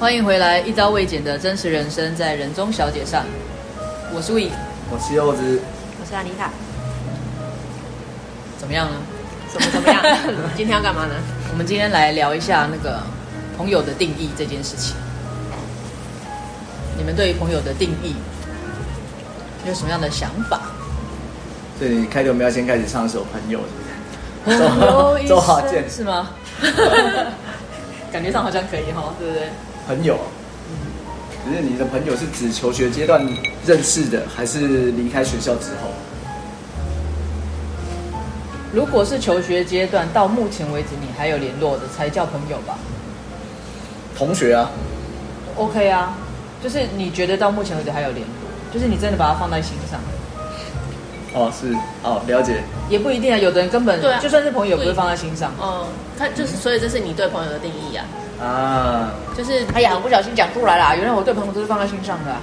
欢迎回来，一刀未剪的真实人生在人中小姐上，我是 We，我是柚子，我是安妮塔，怎么样呢？怎么怎么样？ 今天要干嘛呢？ 我们今天来聊一下那个朋友的定义这件事情。你们对于朋友的定义有什么样的想 法？所以开头我们要先开始唱一首《朋友》是不是，朋友一周华健生是吗？感觉上好像可以哈，对不对？朋友。只是你的朋友是指求学阶段认识的，还是离开学校之后？如果是求学阶段，到目前为止你还有联络的，才叫朋友吧同学啊， ？OK 啊，就是你觉得到目前为止还有联络，就是你真的把它放在心上，哦是，哦了解，也不一定啊。有的人根本、对啊就算是朋友，也不会放在心上。哦，他就是，所以这是你对朋友的定义啊，啊，就是哎呀，我不小心讲出来啦，原来我对朋友都是放在心上的啊、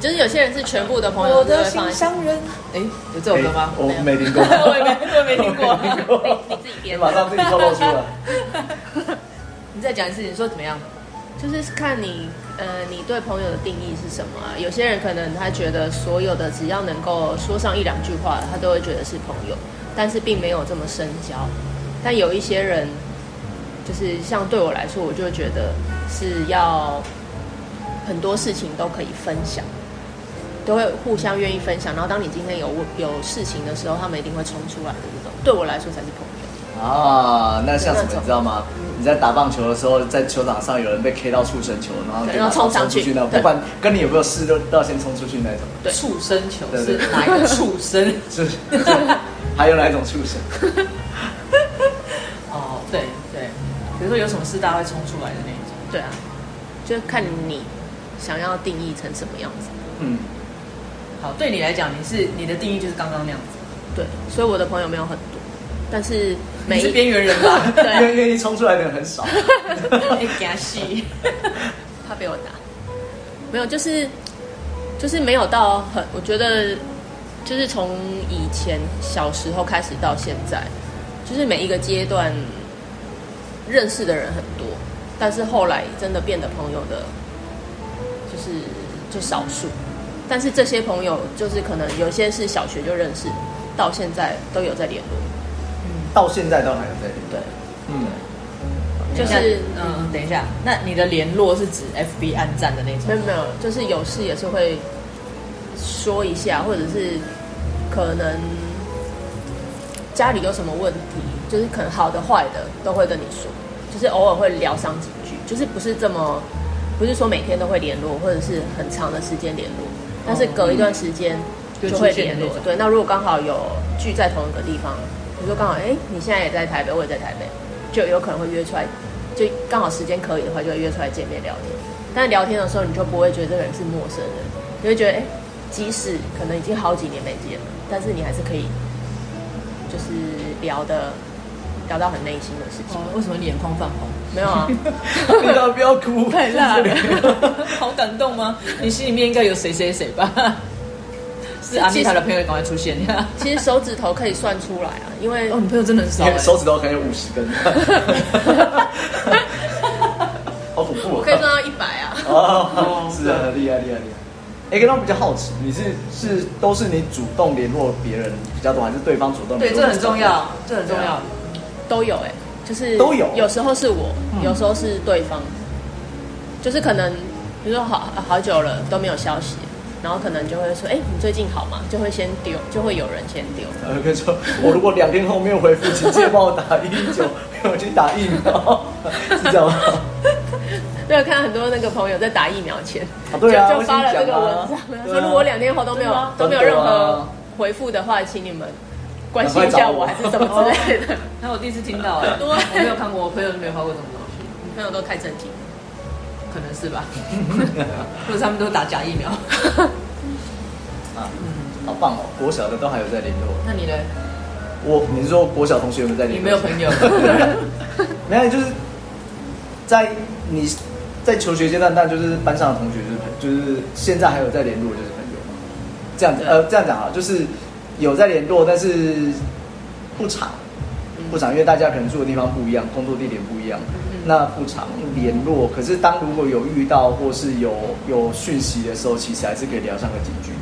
就是有些人是全部的朋友都会放在心上人，哎，有这首 歌吗哎？我没听过，我也没 我也没听过我没听 过你自己编的马上自己透露出来。你再讲一次，你说怎么样？就是看你呃，你对朋友的定义是什么啊？有些人可能他觉得所有的只要能够说上一两句话，他都会觉得是朋友，但是并没有这么深交。但有一些人，就是像对我来说，我就觉得是要很多事情都可以分享，都会互相愿意分享。然后当你今天有有事情的时候，他们一定会冲出来的这种，对我来说才是朋友。啊，那像什么你知道吗？你在打棒球的时候，在球场上有人被 K 到触身球，然后对就然后冲上冲出去去那种，对不管跟你有没有事，都都要先冲出去那种。对畜生球对是对哪一个畜生？是，还有哪一种畜生？哦，对对，比如说有什么事大家会冲出来的那一种。对啊，就看你想要定义成什么样子。嗯，好，对你来讲，你是你的定义就是刚刚那样子，对，所以我的朋友没有很多，但是每你是一边缘人 吧？愿对啊愿意冲出来的人很 少。哎，假戏。怕被我打，没有就是就是没有到很，我觉得就是从以前小时候开始到现在，就是每一个阶段认识的人很多，但是后来真的变得朋友的，就是就少数。但是这些朋友就是可能有些是小学就认识，到现在都有在联络。到现在都还有在联络。对，嗯，就是嗯，等一下，那你的联络是指 FB 暗战的那没种有？没有，就是有事也是会说一下，或者是可能家里有什么问题，就是可能好的坏的都会跟你说，就是偶尔会聊上几句，就是不是这么不是说每天都会联络，或者是很长的时间联络，但是隔一段时间嗯就会就出现联络那种。对，那如果刚好有聚在同一个地方，比如说刚好哎、诶你现在也在台北，我也在台北，就有可能会约出来，就刚好时间可以的话，就会约出来见面聊天。但聊天的时候，你就不会觉得这个人是陌生人，你会觉得哎、诶即使可能已经好几年没见了，但是你还是可以，就是聊的聊到很内心的事情。哦，为什么你眼眶泛红？ 没有啊，你要不要 哭？太辣了， 好感动吗？你心里面应该有谁谁谁 吧？是阿米塔的朋友赶快出现。其实手指头可以算出来啊，因 为哦，你朋友真的很少、你欸。手指头可能有五 十根，好恐怖、哦！我可以算到一百啊。哦，是啊，厉害厉害厉害。哎、欸，那我比较好奇，你是是都是你主动联络别人比较多，还是对方主动联对，络？这很重要，这很重对要啊。都有哎、就是都有有时候是我，嗯有时候是对方，就是可能比如说好好久了都没有消息，然后可能就会说，哎、你最近好吗？就会先丢，就会有人先丢。呃，跟你说，我如果两天后没有回复，请记得帮我打一一九， 陪我去打疫 苗，是这样吗？对，我看很多那个朋友在打疫苗前，啊对啊就就发了这个文我已章经讲了啊，说如果两天后都没有、对啊都没有真任的啊何回复的话，请你们关心一下我还是什么之类的。那我第一次听到、 哎，对我没有看过，我朋友都没有发过这种东西，你朋友都太震惊了，可能是吧？或者他们都打假疫 苗。啊，好棒哦！国小的都还有在联络。那你呢？我，你是说国小同学有没有在你联没络？有朋友？ 没有，就是在你在求学阶段，那就是班上的同学就是朋，就是现在还有在联络，就是朋友嘛。这样子，对呃，这样讲啊，就是有在联络，但是不长，不长，因为大家可能住的地方不一样，工作地点不一样，嗯那不常联络，可是当如果有遇到或是有有讯息的时候，其实还是可以聊上个几句，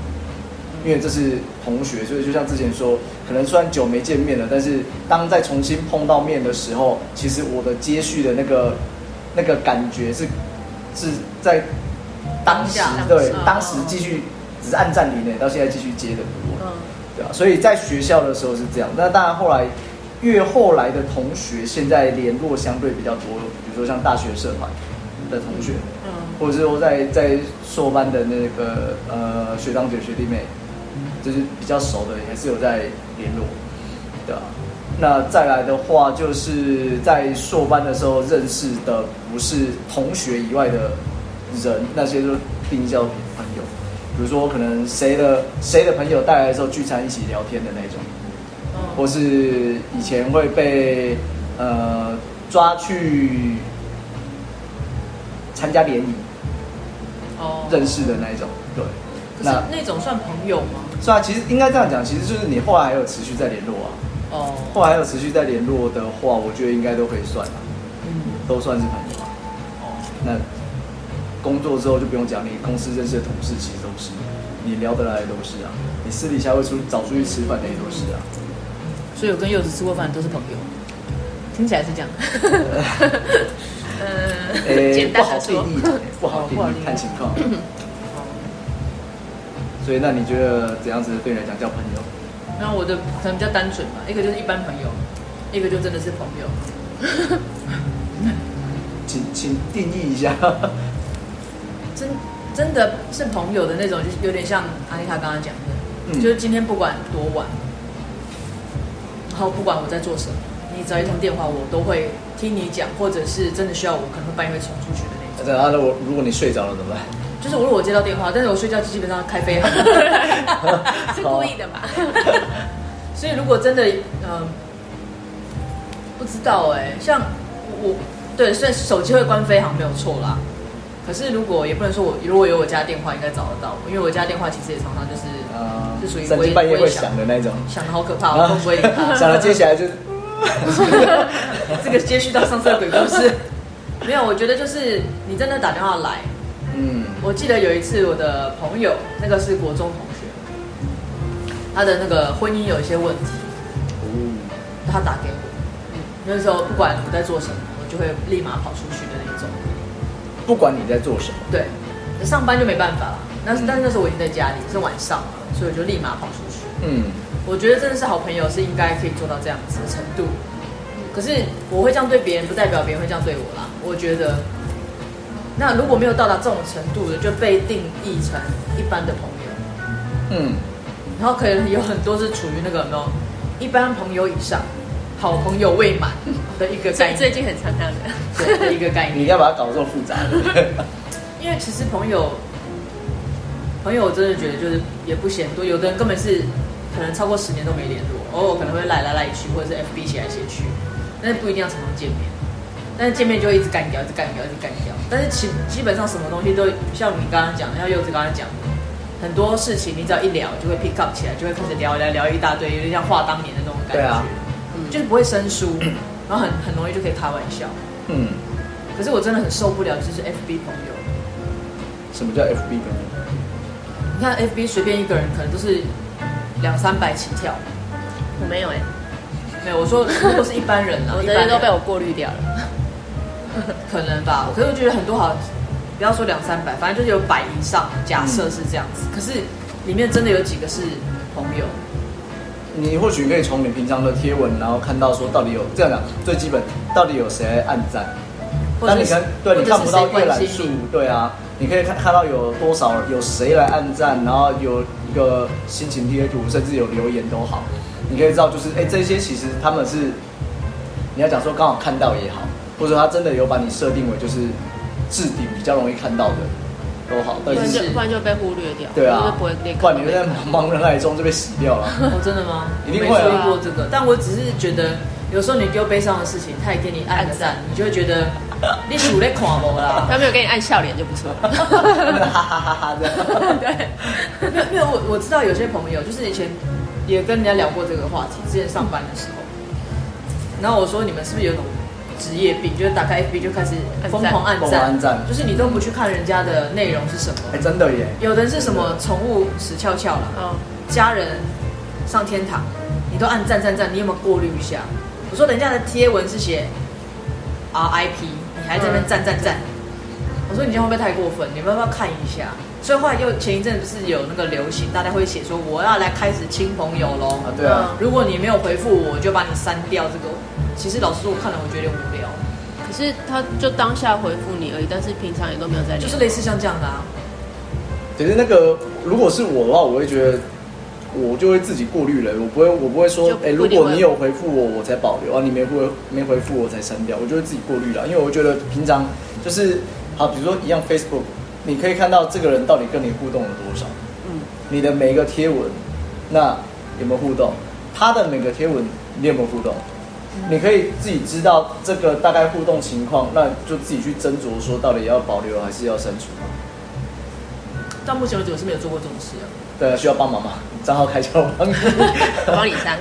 因为这是同学，所以就像之前说，可能虽然久没见面了，但是当再重新碰到面的时候，其实我的接续的那个那个感觉是是在当时当下对当时当时继续只是按暂停的，到现在继续接的多。嗯，对啊，所以在学校的时候是这样，那当然后来越后来的同学，现在联络相对比较多，比如说像大学社团的同学，嗯，或者是说在在硕班的那个呃学长姐学弟妹，就是比较熟的，还是有在联络，对啊。那再来的话，就是在硕班的时候认识的不是同学以外的人，那些就定叫朋友。比如说，可能谁的谁的朋友带来的时候聚餐一起聊天的那种，嗯或是以前会被呃抓去参加联谊哦认识的那一种，对。可是那那种算朋友吗？虽然其实应该这样讲，其实就是你后来还有持续在联络啊，哦，后来还有持续在联络的话，我觉得应该都可以算啊，嗯，都算是朋友啊。哦，那工作之后就不用讲，你公司认识的同事其实都是，你聊得来的都是啊，你私底下会出找出去吃饭的也都是 啊。所以我跟柚子吃过饭都是朋友，听起来是这样。呃，简不单好的定说，义，不好定哦不好义定，义看情 况。所以，那你觉得怎样子对你来讲叫朋友？然后我的可能比较单纯吧，一个就是一般朋友，一个就真的是朋友。请请定义 一下。真真的是朋友的那种，就是有点像阿丽塔刚刚讲的，嗯就是今天不管多晚，然后不管我在做什么，你只要一通电话，我都会听你讲，或者是真的需要我，可能会半夜会冲出去的那种。对啊，那我如果你睡着了怎么办？就是我如果我接到电话，但是我睡觉基本上开飞是故意的吧？所以如果真的，嗯、不知道哎、像我，我对，虽然手机会关飞行没有错啦，可是如果也不能说我如果有我家电话应该找得到我，因为我家电话其实也常常就是啊，是属于三微更半夜微会响响的那种。想的好可 怕，我都不会理他。啊想了接下来就是，这个接续到上次的鬼故事，没有，我觉得就是你真的打电话来，嗯，我记得有一次我的朋友，那个是国中同学，他的那个婚姻有一些问题，哦，他打给我，嗯那时候不管我在做什么，我就会立马跑出去的那种。不管你在做什么，对，上班就没办法了，那嗯但是那时候我已经在家里，是晚上了，所以我就立马跑出去。嗯，我觉得真的是好朋友是应该可以做到这样子的程度。可是我会这样对别人，不代表别人会这样对我啦。我觉得，那如果没有到达这种程度的，就被定义成一般的朋友，嗯，然后可能有很多是处于那个有没有一般朋友以上，好朋友未满的一个概最最念，近很常常的，对的一个概嗯你念。一定要把它搞得这么 复杂，对不对？因为其实朋友，朋友我真的觉得就是也不嫌多，有的人根本是可能超过十年都没联络，偶尔可能会赖来赖去，或者是 FB 写来写去，但是不一定要常常见面。但是见面就会一直干掉，一直干掉，一直干掉。但是基基本上什么东西都像你刚刚讲的，像柚子刚刚讲的，很多事情你只要一聊就会 pick up 起来，就会开始聊聊聊一大堆，有点像话当年的那种感对觉，啊就是不会生疏，然后很很容易就可以开玩笑。嗯，可是我真的很受不了，就是 FB 朋友，什么叫 FB 朋友？你看 FB 随便一个人可能都是两三百起跳，我没有哎，没有我说如果是一般人啊，我一的般人都被我过滤掉了。可能吧，可是我觉得很多好，不要说两三百，反正就是有百以上，假设是这样子。嗯可是里面真的有几个是朋友，你或许可以从你平常的贴文，然后看到说到底有这样讲，最基本到底有谁在暗赞，或但者你是看，对你看不到或阅者览是谁关数心你，对啊，你可以看看到有多少有谁来按赞，然后有一个心情贴图，甚至有留言都好，你可以知道就是，哎，这些其实他们是你要讲说刚好看到也好，或者他真的有把你设定为就是置顶比较容易看到的都好，不但然是就不然就被忽略掉，对就是啊，不会立刻不然你会在茫茫人海中就被洗 掉了。哦，真的吗？一定我会啊没注意过这个，但我只是觉得有时候你丢悲伤的事情，他也给你按个赞，你就会觉 得你数在看我啦。他没有给你按笑脸就不错了。哈哈哈哈这样，对，没有没有，我我知道有些朋友就是以前也跟人家聊过这个话题，之前上班的时候，然后我说你们是不是有一种职业病，就是打开 FB 就开始疯狂按疯狂赞按赞，就是你都不去看人家的内容是什么。哎、真的耶，有的人是什么宠物死翘翘了， 哦，家人上天堂，你都按赞赞赞，你有没有过滤一下？我说人家的贴文是写 RIP，你还在那边赞赞赞。我说你这样会不会太过分？你们要不要看一下？所以后来又前一阵不是有那个流行，大家会写说我要来开始亲朋友喽。啊，对嗯啊，如果你没有回复我，我就把你删掉。这个其实老实说，我看了我觉得有点无聊，可是他就当下回复你而已，但是平常也都没有在理。就是类似像这样的啊。可是那个如果是我的话，我会觉得我就会自己过滤了，我不会，我不会说就，不哎、一定如会果你有回复我，我才保留啊，你没回没回复我才删掉，我就会自己过滤了，因为我觉得平常就是好，比如说一样 Facebook，你可以看到这个人到底跟你互动了多少，嗯，你的每一个贴文，那有没有互动？他的每个贴文你有没有互动？你可以自己知道这个大概互动情况，那就自己去斟酌说到底要保留还是要删除嘛。到目前为止，我是没有做过这种事啊。对，需要帮忙吗？账号开销 帮你。我帮你删。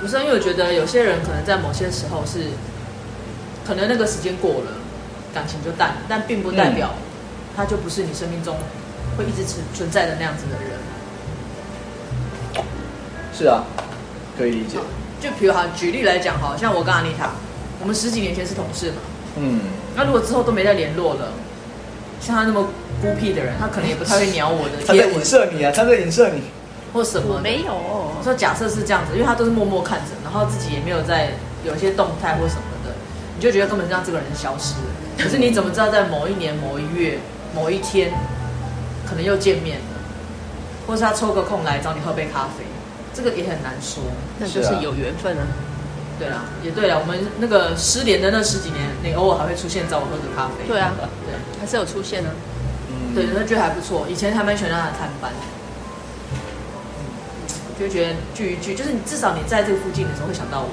不是，因为我觉得有些人可能在某些时候是，可能那个时间过了，感情就淡，但并不嗯代表他就不是你生命中会一直存存在的那样子的人。是啊，可以理解。就比如好，举例来讲，好像我跟阿丽塔，我们十几年前是同事嘛，嗯，那如果之后都没再联络了，像他那么孤僻的人，他可能也不太会鸟我的 他贴在文影射你啊，他在影射你。或什么我的。没有，我啊说假设是这样子，因为他都是默默看着，然后自己也没有在有一些动态或什么的，你就觉得根本让这个人消失了。可是你怎么知道在某一年、某一月、某一天，可能又见面了，或是他抽个空来找你喝杯咖啡，这个也很难说。那就是是啊有缘分啊。对啦，也对啊啦，我们那个失联的那十几年，你偶尔还会出现找我喝个咖啡。对啊，对还是有出现啊。嗯，对，那觉得还不错。以前还蛮喜欢让他探班，就觉得聚一聚，就是你至少你在这个附近的时候会想到我。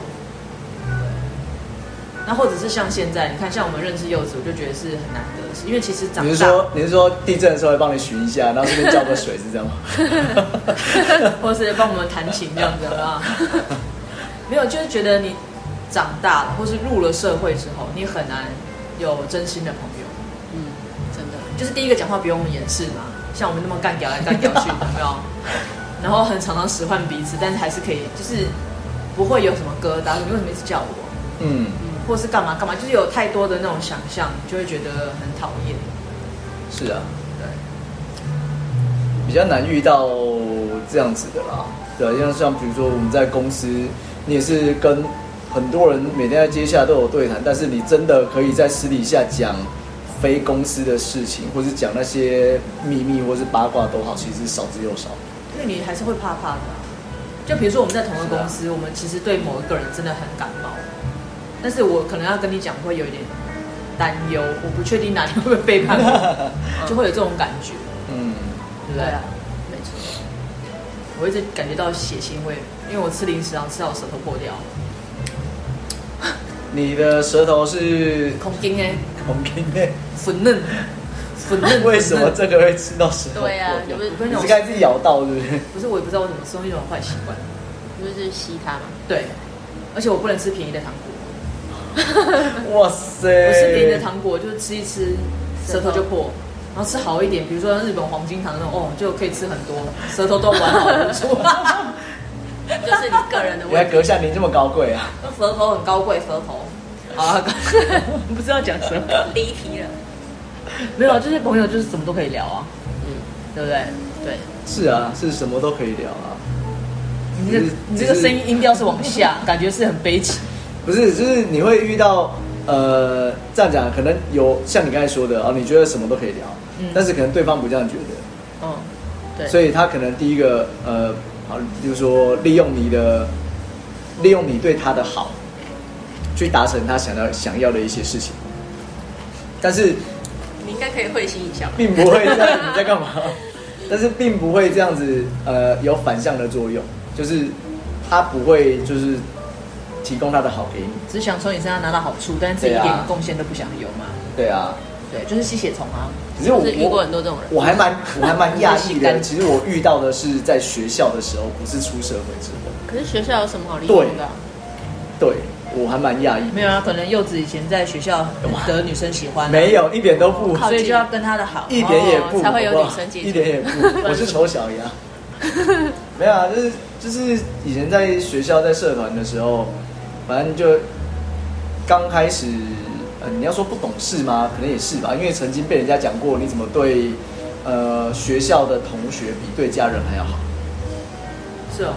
那或者是像现在，你看像我们认识柚子，我就觉得是很难得的事，因为其实长你是大，说你是说地震的时候会帮你寻一下，然后顺便浇个水是这样吗？或者是帮我们弹琴这样子啊， 没有，就是觉得你长大了，或是入了社会之后，你很难有真心的朋友。嗯，真的。就是第一个讲话不用掩饰嘛，像我们那么干屌来干屌去，有没 有？然后很常常使唤彼此，但是还是可以，就是不会有什么疙瘩。你为什么一直叫我，嗯，或是干嘛干嘛？就是有太多的那种想象，你就会觉得很讨厌。是啊，对，比较难遇到这样子的啦。对啊，像像比如说我们在公司，你也是跟很多人每天在接下都有对谈，但是你真的可以在私底下讲非公司的事情，或是讲那些秘密或是八卦都好，其实少之又少。因为你还是会怕怕的啊、就比如说我们在同一个公司，我们其实对某一个人真的很感冒，但是我可能要跟你讲，会有一点担忧，我不确定哪里会不会 背叛我，就会有这种感觉，嗯，对不对对？啊，没错。我一直感觉到血腥味，因为我吃零食然后吃到我舌头破掉，你的舌头是 恐惊哎，孔明内，粉 嫩，粉嫩。 为什么粉嫩这个会吃到舌头破对掉？啊，你不是我不跟你你讲是该自己咬到是不 是？不是我也不知道我怎么吃东西有坏习惯，是就是吸它嘛？对，而且我不能吃便宜的糖果，哇塞！我吃便宜的糖果就是吃一吃，舌头就破。然后吃好一点，比如说日本黄金糖那种，哦，就可以吃很多，舌头都完好无 处。 就是你个人的原问来题。阁下您这么高贵啊！那舌头很高贵，舌头。啊，不知道讲什么，离题了。没有，啊就是朋友就是什么都可以聊啊，嗯，对不对？对。 是啊，是什么都可以聊啊。你这个你这个声音音调是往下，感觉是很悲情。不是，就是你会遇到呃，这样讲，可能有像你刚才说的啊，你觉得什么都可以聊，嗯但是可能对方不这样觉得。哦嗯，对，所以他可能第一个呃，好，比如说利用你的，利用你对他的好，去达成他想要想要的一些事情，但是你应该可以会心一笑吧。并不会这样你在干嘛？ 但是并不会这样子呃有反向的作用，就是他不会就是提供他的好给你，只想从你身上拿到好处，但是自己一对啊点贡献都不想有嘛。对啊。对，就是吸血虫啊。可是我就是遇过很我多这种人。我还蛮我还蛮讶异你的的， 心其实我遇到的是在学校的时候，不是出社会之后。可是学校有什么好利用的啊？对对我还蛮讶异。没有啊，可能柚子以前在学校很得女生喜欢、啊没，有，一点都不，所以就要跟她的好。一点也不，哦才会有好不好女生接触一点 也不，我是丑小鸭。 没有啊，就是就是以前在学校在社团的时候，反正就刚开始，呃，你要说不懂事吗？可能也是吧，因为曾经被人家讲过，你怎么对呃学校的同学比对家人还要好？是哦，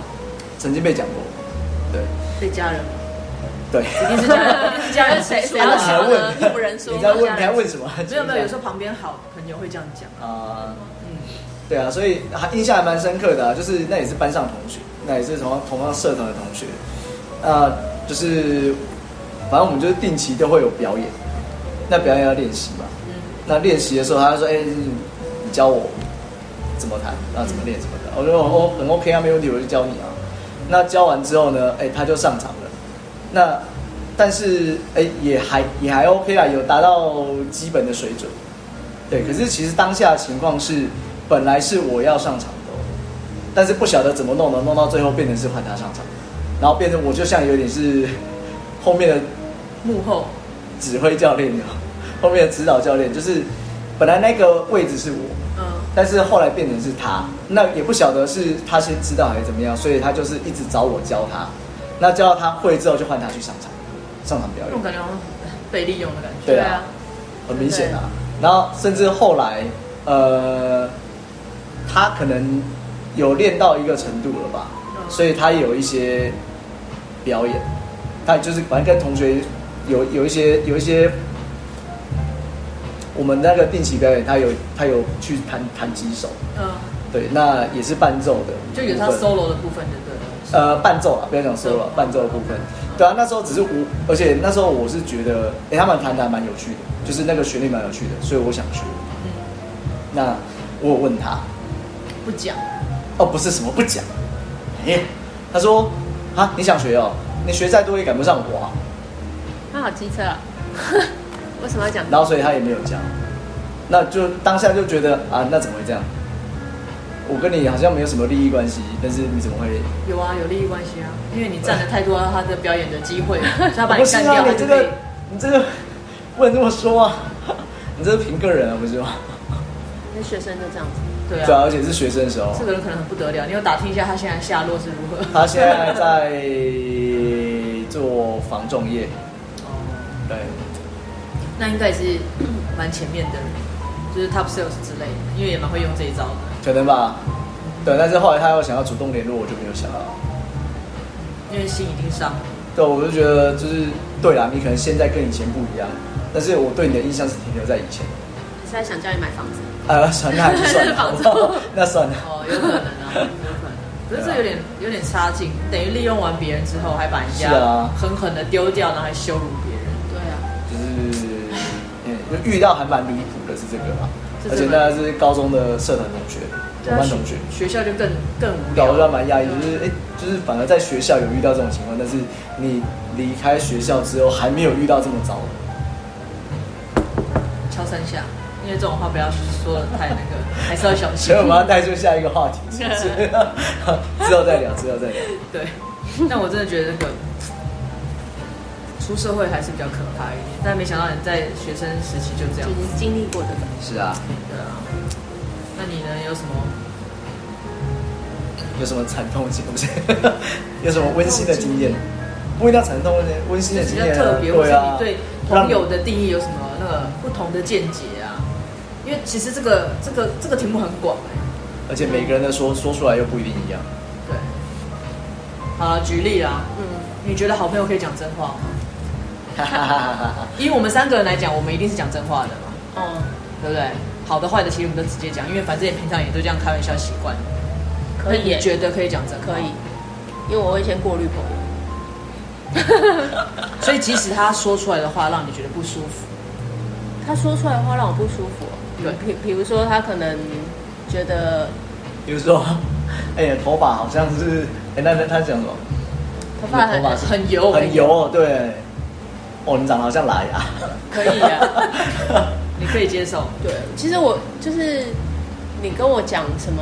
曾经被讲过，对对家人，对。一定是家人，一定是家人 谁谁然要后你还想说问呢？又不人说， 你在问，家你人还问什么？没有没有，有时候旁边好朋友会这样讲。啊、嗯，对啊，所以还印象还蛮深刻的啊，就是那也是班上同学，那也是同同样社团的同学，那就是反正我们就是定期都会有表演，那表演要练习嘛，那练习的时候他就说，哎、你教我怎么弹，然后怎么练什么的，我就说哦很 OK 啊，没问题，我就教你啊。那教完之后呢，哎、他就上场了，那但是哎、也还也还 OK 啦，有达到基本的水准。对，可是其实当下的情况是，本来是我要上场的哦，但是不晓得怎么弄的，弄到最后变成是换他上场，然后变成我就像有点是后面的幕后指挥教练一样，后面的指导教练，就是本来那个位置是我，嗯，但是后来变成是他，那也不晓得是他先知道还是怎么样，所以他就是一直找我教他，那教到他会之后就换他去上场，上场表那演种。感觉好像被利用的感觉。对啊，很明显啊。然后甚至后来，呃，他可能有练到一个程度了吧，嗯所以他有一些表演，他就是反正跟同学有有一些有一些，我们那个定期表演，他有他有去弹弹几首，啊嗯，对，那也是伴奏的部分，就有他 solo 的部分就对了。呃伴奏啊，不要讲 solo，啊伴奏的部分。对啊，那时候只是无，而且那时候我是觉得，哎、他们弹的还蛮有趣的，就是那个旋律蛮有趣的，所以我想学。嗯，那我有问他，不讲，哦，不是什么不讲，哎、他说啊，你想学哦，你学再多也赶不上我啊。他好机车啊！ 为什么要讲？然后所以他也没有教，那就当下就觉得啊，那怎么会这样？我跟你好像没有什么利益关系，但是你怎么会？有啊，有利益关系啊，因为你占了太多他的表演的机会，所以他把 不你是干啊掉，，他你这就可个以。你这个 不能这么说啊，你这是凭个人啊，不是吗？那学生就这样子，对对啊，啊，而且是学生的时候这，个人可能很不得了，你有打听一下他现在下落是如何？他现在还在做防重业，哦，对，那应该也是蛮前面的，就是 top sales 之类的，因为也蛮会用这一招的，可能吧，对，但是后来他又想要主动联络，我就没有想到。因为心已经伤了。对，我就觉得就是对啦，你可能现在跟以前不一样，但是我对你的印象是停留在以前。现在想叫你买房子，啊，算了，那还是 算了，好房不租好？那算了。哦，有可能啊，有可能。可是对这啊有点有点差劲，等于利用完别人之后，还把人家是啊狠狠的丢掉，然后还羞辱别人。对啊，就是，嗯，就遇到还蛮离谱的是这个啦，是而这且个那是高中的社团同学，同班同啊学，学校就更更无搞得聊。蛮压抑，就是哎、就是反而在学校有遇到这种情况，但是你离开学校之后还没有遇到这么糟的，敲三下，因为这种话不要说的太那 个，还是要小心所以。我们要带出下一个话题，是不是？之后再聊，之后再聊。对，但我真的觉得那个出社会还是比较可怕一点，但没想到你在学生时期就这就样。是经历过这个。是啊，对啊，那你呢？有什么？有什么惨痛经不是？有什么温馨的经验？不一定要惨痛的，温馨的比经较验、特啊，别，或对者啊你，对朋友的定义有什么那个不同的见解啊？因为其实这个这个这个题目很广哎、而且每个人的说说出来又不一定一样。对。好了，举例啦，嗯，你觉得好朋友可以讲真话吗？哈哈哈哈哈哈以我们三个人来讲，我们一定是讲真话的嘛，哦，对不对？好的坏的，其实我们都直接讲，因为反正也平常也都这样开玩笑习惯。可那以耶你，觉得可以讲真话？可以。，因为我会先过滤朋友，所以即使他说出来的话让你觉得不舒服，他说出来的话让我不舒服。对比比如说他可能觉得比如说， 哎、呀，头发好像是，哎、那那他讲什么？头发头很发是很油欸很油哦，对。哦，你长得好像来啊。可以啊，你 可以接受。对，其实我就是你跟我讲什么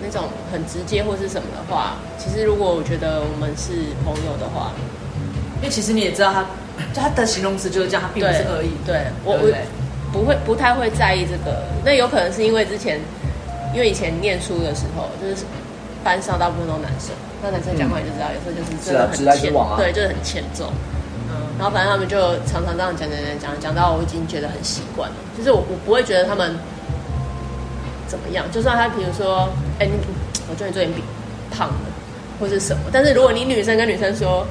那种很直接或是什么的话，其实如果我觉得我们是朋友的话，因为其实你也知道他，就他的形容词就是这样，他并不是恶意。对我对不对我不会不太会在意这个，那有可能是因为之前，因为以前念书的时候，就是班上大部分都男生，那男生讲话你就知道，有时候就是真的是啊直来很直欠，往啊对，就是很欠揍。嗯，然后反正他们就常常这样讲讲讲讲讲到我已经觉得很习惯了，就是我我不会觉得他们怎么样，就算他比如说，哎、你我觉得你最近比胖了，或是什么，但是如果你女生跟女生说，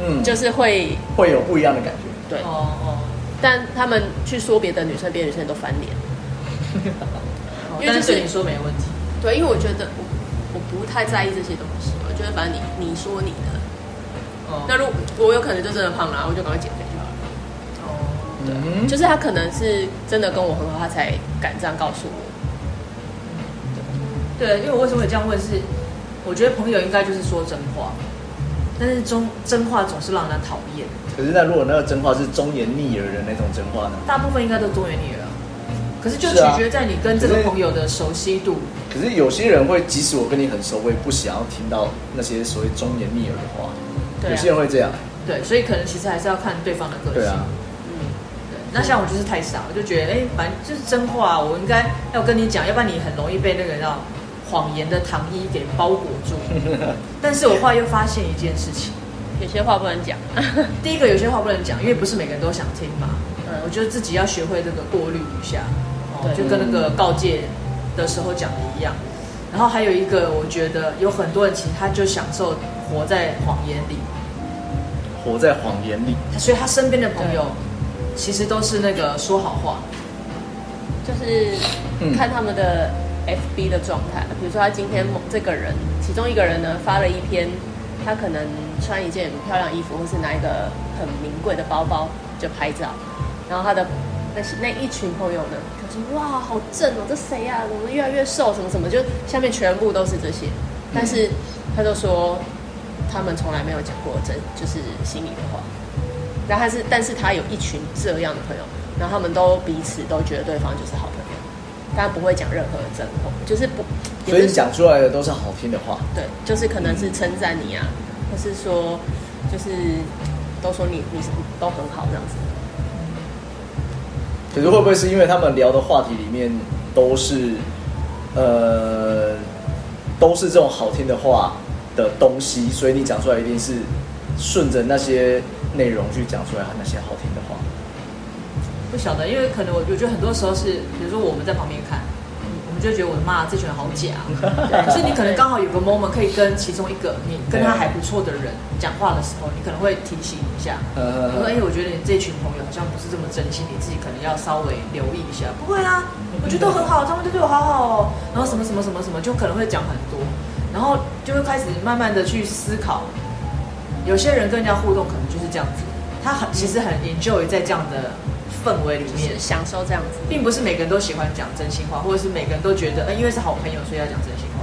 嗯，就是会会有不一样的感觉。对，哦但他们去说别的女生，别的女生都翻脸。哦，因为但就是是对你说没问题。对，因为我觉得我我不太在意这些东西，我觉得反正你你说你的，哦，那如果我有可能就真的胖了，我就赶快减肥就好了。哦，嗯，就是他可能是真的跟我很好，他才敢这样告诉我。对，因为我为什么会这样问是，我觉得朋友应该就是说真话，但是中真话总是让人讨厌，可是那如果那个真话是忠言逆耳的那种真话呢？大部分应该都多远你了。可是就是取啊决在你跟这可个是朋友的熟悉度。可是有些人会，即使我跟你很熟，我也不想要听到那些所谓忠言逆耳的话。对有些人啊，会这样。对，所以可能其实还是要看对方的个性。嗯对对啊，那像我就是太傻，我就觉得，哎、反正就是真话，啊我应该要跟你讲，要不然你很容易被那个叫谎言的糖衣给包裹 住。但是我后来又发现一件事情，有些话不能讲。啊第一个有些话不能讲，因为不是每个人都想听嘛。呃嗯，我觉得自己要学会这个过滤一下，哦，对就跟那个告诫的时候讲的一样。然后还有一个，我觉得有很多人其实他就享受活在谎言里，活在谎言里。所以他身边的朋友其实都是那个说好话。就是嗯看他们的 FB 的状态。比如说，他今天某这个人，其中一个人呢发了一篇，他可能穿一件很漂亮衣服，或是拿一个很名贵的包包就拍照，然后他的那些那一群朋友呢，他说哇好正哦，这谁呀、怎么越来越瘦，什么什么，就下面全部都是这些，但是他就说他们从来没有讲过真就是心里的话。然后他是，但是他有一群这样的朋友，然后他们都彼此都觉得对方就是好朋友，但不会讲任何真话，就是不，也所以不你是讲出来的都是好听的话。对，就是可能是称赞你啊，或是说，就是都说你你都很好这样子，可是会不会是因为他们聊的话题里面都是，呃，都是这种好听的话的东西，所以你讲出来一定是顺着那些内容去讲出来那些好听的话。不晓得，因为可能我我觉得很多时候是，比如说我们在旁边看，我们就觉得我的妈，这群人好假。啊可是你可能刚好有个 moment 可以跟其中一个你跟他还不错的人讲话的时候，你可能会提醒一下，我说：“哎、呃，我觉得你这群朋友好像不是这么真心，你自己可能要稍微留意一下。”不会啊，我觉得都很好，他们都对我好好哦。然后什么什么什么什么，就可能会讲很多，然后就会开始慢慢的去思考。有些人跟人家互动可能就是这样子，他很其实很 enjoy 在这样的氛围里面就是，享受这样子。并不是每个人都喜欢讲真心话，或者是每个人都觉得，嗯、因为是好朋友，所以要讲真心话。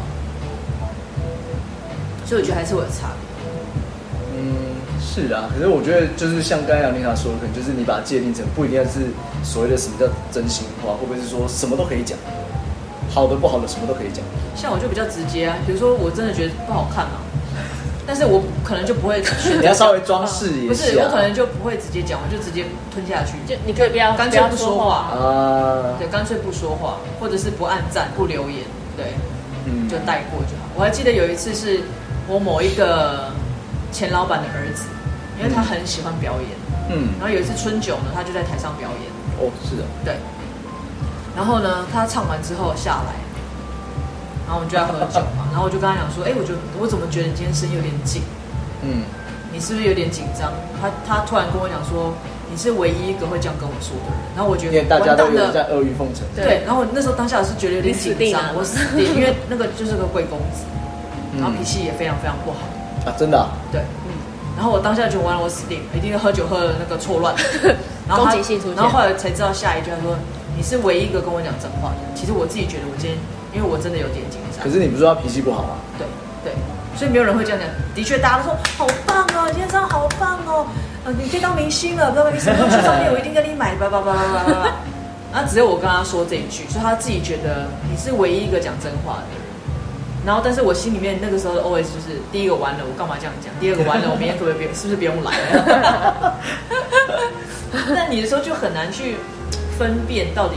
所以我觉得还是会有差别。嗯，是啊。可是我觉得就是像刚才杨丽娜说的，可能就是你把它界定成不一定要是所谓的什么叫真心话，会不会是说什么都可以讲，好的不好的什么都可以讲？像我就比较直接啊，比如说我真的觉得不好看嘛，但是我可能就不会选择 你要稍微装饰一下不是，我可能就不会直接讲，我就直接吞下去，就你可以不要干不脆要不说说话，话，啊，对，干脆不说话，或者是不按赞、不留言，对。嗯就带过就好。我还记得有一次是我某一个前老板的儿子，因为他很喜欢表演，嗯，然后有一次春酒呢，他就在台上表演，哦，是的，对。然后呢，他唱完之后下来，然后我们就在喝酒 嘛，然后我就跟他讲说，哎、我觉得我怎么觉得你今天声音有点紧，嗯。你是不是有点紧张？他他突然跟我讲说，你是唯一一个会这样跟我说的人。然后我觉因得为大家都完有蛋人了在阿谀奉承。对对，然后我那时候当下是觉得有点你死紧定张了，我死定，因为那个就是个贵公子，嗯然后脾气也非常非常不好，啊，真的啊、对，嗯然后我当下就完了，我死定了，一定是喝酒喝的那个错 乱，然后他攻击性出现然后后来才知道下一句，他说你是唯一一个跟我讲真话的，其实我自己觉得我今天，因为我真的有点紧张可，是你不是说他脾气不好吗？对对，所以没有人会这样讲，的确大家都说好棒哦，你今天这样好棒哦，呃，你可以当明星了，不要你什么东西照片我一定跟你买，叭叭叭叭叭叭。啊，只有我跟他说这一句，所以他自己觉得你是唯一一个讲真话的人。然后，但是我心里面那个时候的 OS 就是：第一个完了，我干嘛这样讲？第二个完了，我明天可不可以不用？是不是不用来 了？那你的时候就很难去分辨到底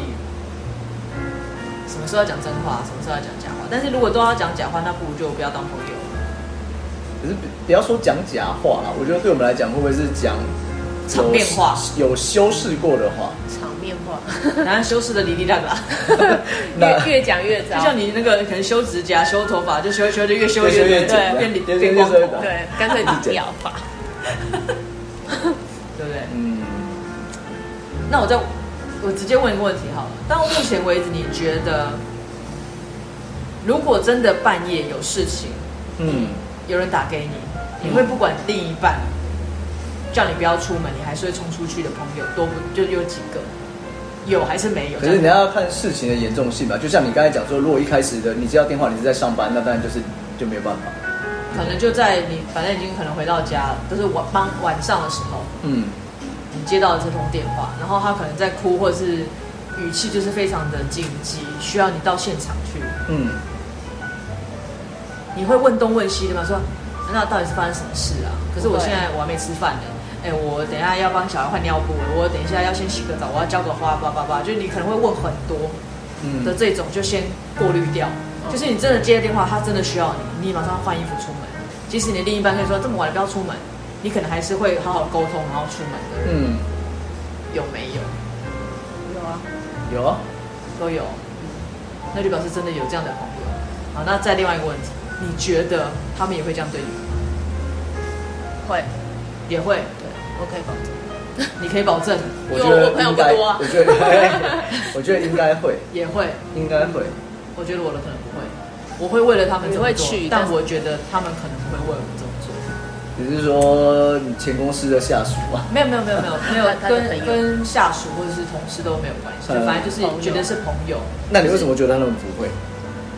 什么时候要讲真话，什么时候要讲假话。但是如果都要讲假话，那不如就不要当朋友。可是不不要说讲假话啦，我觉得对我们来讲，会不会是讲场面话有有修饰过的话？场面化， 然后修饰的哩哩啦 啦，那越越讲越糟就。像你那个可能修指甲、修头发，就修一修就越修越修越越对，紧变越修越变光头，紧对对，干脆你掉吧。 不对？嗯，那我再我直接问一个问题好了，到目前为止，你觉得如果真的半夜有事情，嗯，有人打给你，你会不管另一半叫你不要出门，你还是会冲出去的朋友多不就有几个？有还是没有？可是你这样要看事情的严重性吧。就像你刚才讲说，如果一开始的你接到电话，你是在上班，那当然就是就没有办法。可能就在你反正已经可能回到家了，就是晚傍晚上的时候，嗯，你接到了这通电话，然后他可能在哭，或者是语气就是非常的紧急，需要你到现场去。嗯，你会问东问西的吗？说那到底是发生什么事啊？可是我不会现在我还没吃饭呢、哎、我等一下要帮小孩换尿布，我等一下要先洗个澡，我要浇个花，叭叭叭，就是你可能会问很多的嗯，这种，就先过滤掉。嗯就是你真的接了电话，他真的需要你，你马上换衣服出门。即使你的另一半跟你说这么晚了不要出门，你可能还是会好好沟通，然后出门的。嗯，有没有？有啊，有啊，都有，嗯那就表示真的有这样的朋友。好，那再另外一个问题，你觉得他们也会这样对你吗？会，也会，对，我可以保证。你可以保证。我有觉得我朋友应不该，多啊我觉得， 我觉得应该会，也会，应该会。我觉得我的可能不会，我会为了他们这么你会做去但但是我觉得他们可能不会为我们这么做。只是说你前公司的下属啊嘛，没有没有没有没有没他有他的朋友呃跟跟下属或者是同事都没有关系，就嗯反正就是朋友觉得是朋友，那你为什么觉得他们不会？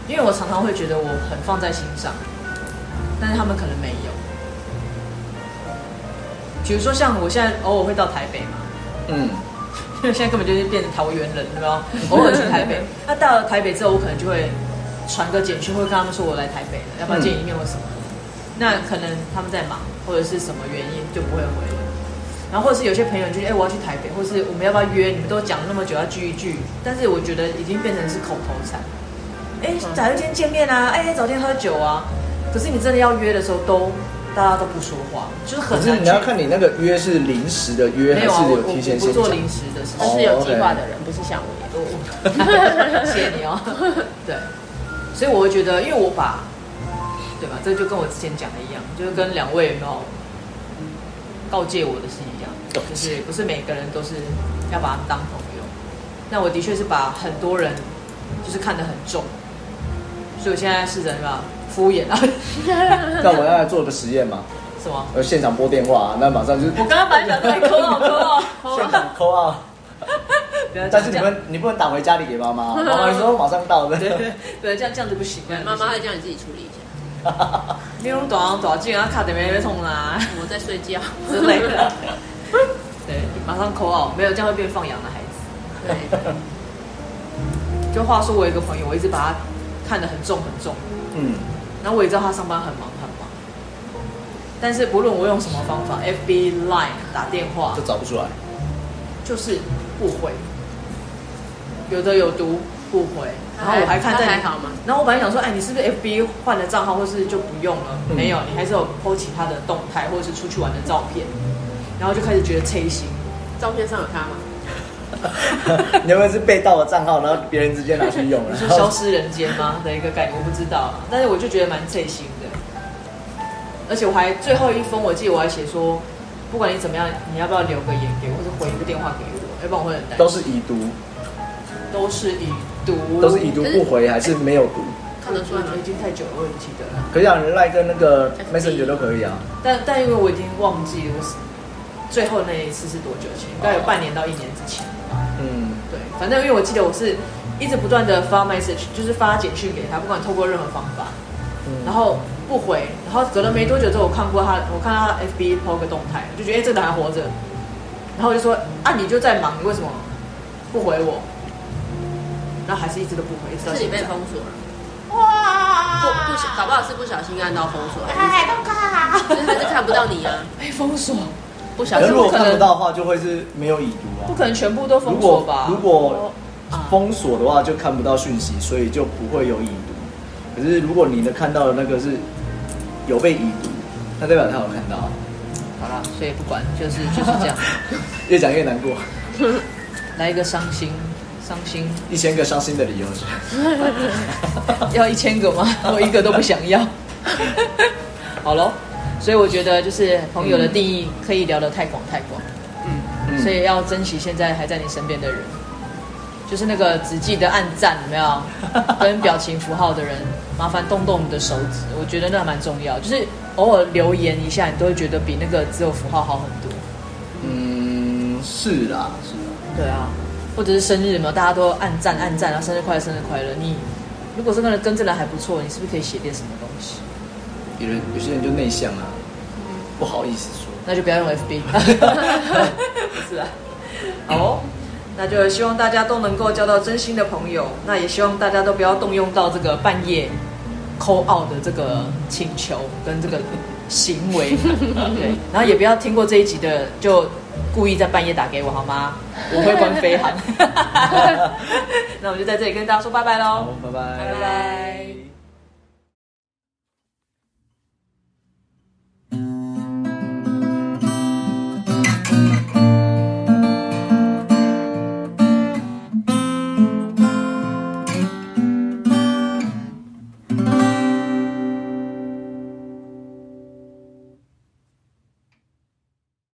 因为我常常会觉得我很放在心上，但是他们可能没有。比如说像我现在偶尔会到台北嘛，嗯， 因为现在根本就是变成桃园人，对吧？偶尔去台 北，那到了台北之后，我可能就会传个简讯，会跟他们说我来台北了，要不要见一面或什么的。那可能他们在忙，或者是什么原因就不会回了。然后或者是有些朋友就哎、我要去台北，或是我们要不要约？你们都讲了那么久要聚一聚，但是我觉得已经变成是口头禅。哎、嗯早一天见面啊，哎、早天喝酒啊。可是你真的要约的时候都，大家都不说话，就是很可难是去。你要看你那个约是临时的约没还有啊，是我有我提前我不先做讲临时的事情哦但是有计划的人，不是像我。我我 谢谢你 哦。对，所以我会觉得，因为我把，对吧？这就跟我之前讲的一样，就是跟两位有没有告诫我的是一样，就是不是每个人都是要把他们当朋友。那我的确是把很多人就是看得很重，所以我现在是人吧敷衍啊， 那我们要来做个实验嘛，什么？呃，现场拨电话、那马上就是我刚刚本来想说哎扣啊扣 啊扣 现啊，场扣啊，不要这但样是你们你不能打回家里给 妈妈，妈妈说哦马上到的。这样对对，这样这样子不行，这啊样子妈不行妈会叫你自己处理一下，你拢大大进啊，卡点没被痛啦我在睡觉之类的。 对，马上扣哦，没有这样会变放羊的孩子。对，就话说，我有一个朋友，我一直把他看得很重很重， 嗯，然后我也知道他上班很忙很忙，但是不论我用什么方法，FB、Line 打电话就，找不出来。 就是不回，有的有毒不回，他然还后我还看在他还好吗？然后我本来想说，哎，你是不是 FB 换了账号，或是就不用了？嗯没有，你还是有 PO 其他的动态，或者是出去玩的照片，然后就开始觉得催心。照片上有他吗？你有没有是被盗的账号，然后别人直接拿去用你了？是消失人间 吗的一个概念，我不知道啊，但是我就觉得蛮刺心的。而且我还最后一封，我记得我还写说，不管你怎么样，你要不要留个言给我，或者回一个电话给我，要不然我会很担心。都是已读，都是已读，都是已读不回，还是没有读？看得出来吗已经太久了，我也不记得了。可以啊，你赖跟那个 Messenger 都可以啊。但但因为我已经忘记我是最后那一次是多久前，应该有半年到一年之前吧。嗯对，反正因为我记得我是一直不断的发 message，就是发简讯给他，不管透过任何方法。然嗯，后不回，然后隔了没多久之后，我看过他，我看他 FB 抛个动态，我就觉得哎、这个人还活着，然后我就说啊，你就在忙，你为什么不回我？然后还是一直都不回，一直到是你现在被。封锁了，哇！不不小，搞不好是不小心按到封锁，还嗨，报告是就是他就看不到你啊，被封锁，不小可是心如果可能看不到的话，就会是没有已读啊不。可能全部都如封锁果吧？哦如果啊封锁的话，就看不到讯息，所以就不会有已读。可是如果你的看到的那个是有被已读，那代表他有看到啊。好啦，所以不管，就是就是 这样，越讲越难过，来一个伤心，伤心，一千个伤心的理由 是。要一千个吗？ 我一个都不想要。 好咯，所以我觉得就是朋友的定义可以聊得太广太广，嗯所以要珍惜现在还在你身边的人，就是那个只记得按赞有没 有，跟表情符号的人，麻烦动动你的手指，我觉得那蛮重要，就是偶尔留言一下，你都会觉得比那个只有符号好很多。嗯，是啦，是啦。对啊，或者是生日嘛，大家都按赞按赞，然后生日快乐生日快乐。你如果这个人跟这人还不错，你是不是可以写点什么东西？有人有些人就内向啊，嗯不好意思说。那就不要用 FB。是啊，好哦、那就希望大家都能够交到真心的朋友，那也希望大家都不要动用到这个半夜扣 out 的这个请求跟这个行 为，对，然后也不要听过这一集的就故意在半夜打给我好吗？我会关 飞航。那我们就在这里跟大家说拜拜喽好，，拜拜拜拜。